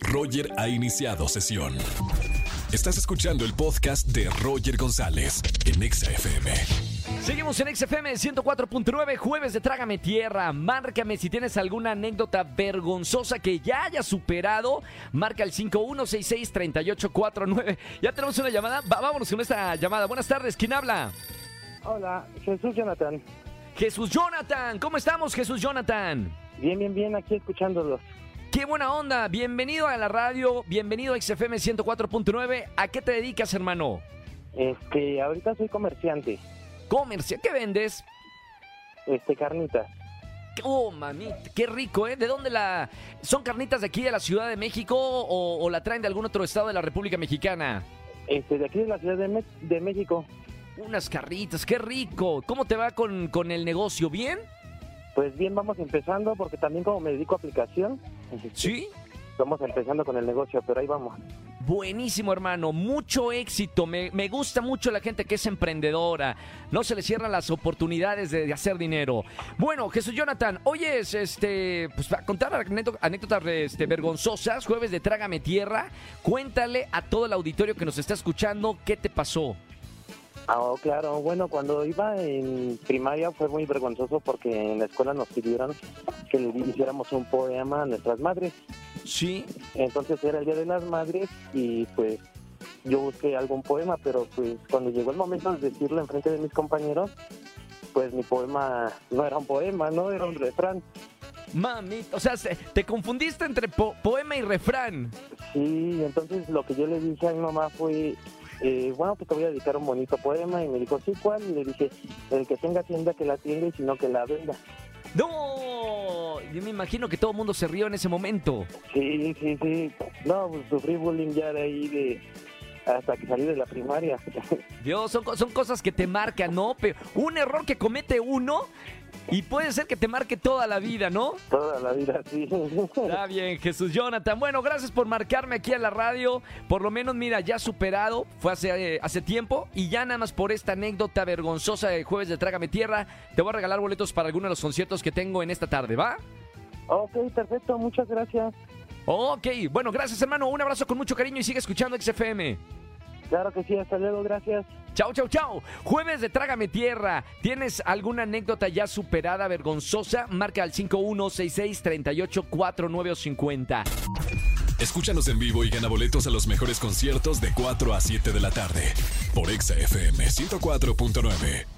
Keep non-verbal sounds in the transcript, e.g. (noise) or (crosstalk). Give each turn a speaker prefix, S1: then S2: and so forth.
S1: Roger ha iniciado sesión. Estás escuchando el podcast de Roger González en Exa FM.
S2: Seguimos en XFM 104.9, jueves de Trágame Tierra. Márcame si tienes alguna anécdota vergonzosa que ya hayas superado. Marca el 5166-3849. Ya tenemos una llamada. Va- vámonos con esta llamada. Buenas tardes, ¿quién habla?
S3: Hola, Jesús Jonathan.
S2: Jesús Jonathan. ¿Cómo estamos, Jesús Jonathan?
S3: Bien, bien, bien, aquí escuchándolos.
S2: Qué buena onda. Bienvenido a la radio. Bienvenido a XFM 104.9. ¿A qué te dedicas, hermano?
S3: Este, ahorita soy comerciante,
S2: Comercio. ¿Qué vendes?
S3: este, carnitas.
S2: Oh, mamita, qué rico, ¿eh? ¿De dónde la...? ¿Son carnitas de aquí de la Ciudad de México o, o la traen de algún otro estado de la República Mexicana?
S3: Este, de aquí de la Ciudad de, Mex- de México.
S2: Unas carnitas, qué rico. ¿Cómo te va con, con el negocio? ¿Bien?
S3: Pues bien, vamos empezando, porque también como me dedico a aplicación, este,
S2: Sí.
S3: estamos empezando con el negocio, pero ahí vamos.
S2: Buenísimo, hermano. Mucho éxito. Me, me gusta mucho la gente que es emprendedora. No se le cierran las oportunidades de, de hacer dinero. Bueno, Jesús Jonathan, hoy es este. Pues para contar anécdo- anécdotas este, vergonzosas, jueves de Trágame Tierra. Cuéntale a todo el auditorio que nos está escuchando qué te pasó.
S3: Ah, oh, claro, bueno, cuando iba en primaria fue muy vergonzoso porque en la escuela nos pidieron que le hiciéramos un poema a nuestras madres.
S2: Sí.
S3: Entonces era el Día de las Madres y pues yo busqué algún poema, pero pues cuando llegó el momento de decirlo enfrente de mis compañeros, pues mi poema no era un poema, no era un refrán.
S2: Mami, o sea, se- te confundiste entre po- poema y refrán.
S3: Sí, entonces lo que yo le dije a mi mamá fue, eh, bueno, pues te voy a dedicar un bonito poema y me dijo, sí, ¿cuál? Y le dije, el que tenga tienda que la tienda y si no que la venda.
S2: ¡No! Yo me imagino que todo el mundo se rió en ese momento.
S3: Sí, sí, sí. No, pues sufrí bullying ya de ahí de hasta que salí de la primaria. (laughs)
S2: Dios, son, co- son cosas que te marcan, ¿no? Pero un error que comete uno y puede ser que te marque toda la vida, ¿no?
S3: Toda la vida, sí.
S2: Está bien, Jesús Jonathan. Bueno, gracias por marcarme aquí a la radio. Por lo menos, mira, ya superado, fue hace, eh, hace tiempo. Y ya nada más por esta anécdota vergonzosa de jueves de Trágame Tierra, te voy a regalar boletos para alguno de los conciertos que tengo en esta tarde, ¿va?
S3: ok, perfecto, muchas gracias.
S2: Ok, bueno, gracias hermano. Un abrazo con mucho cariño y sigue escuchando XFM.
S3: Claro que sí, hasta luego, gracias.
S2: Chau, chau, chau. Jueves de Trágame Tierra. ¿Tienes alguna anécdota ya superada, vergonzosa? Marca al 5166-384950.
S1: Escúchanos en vivo y gana boletos a los mejores conciertos de 4 a 7 de la tarde por Exa FM 104.9.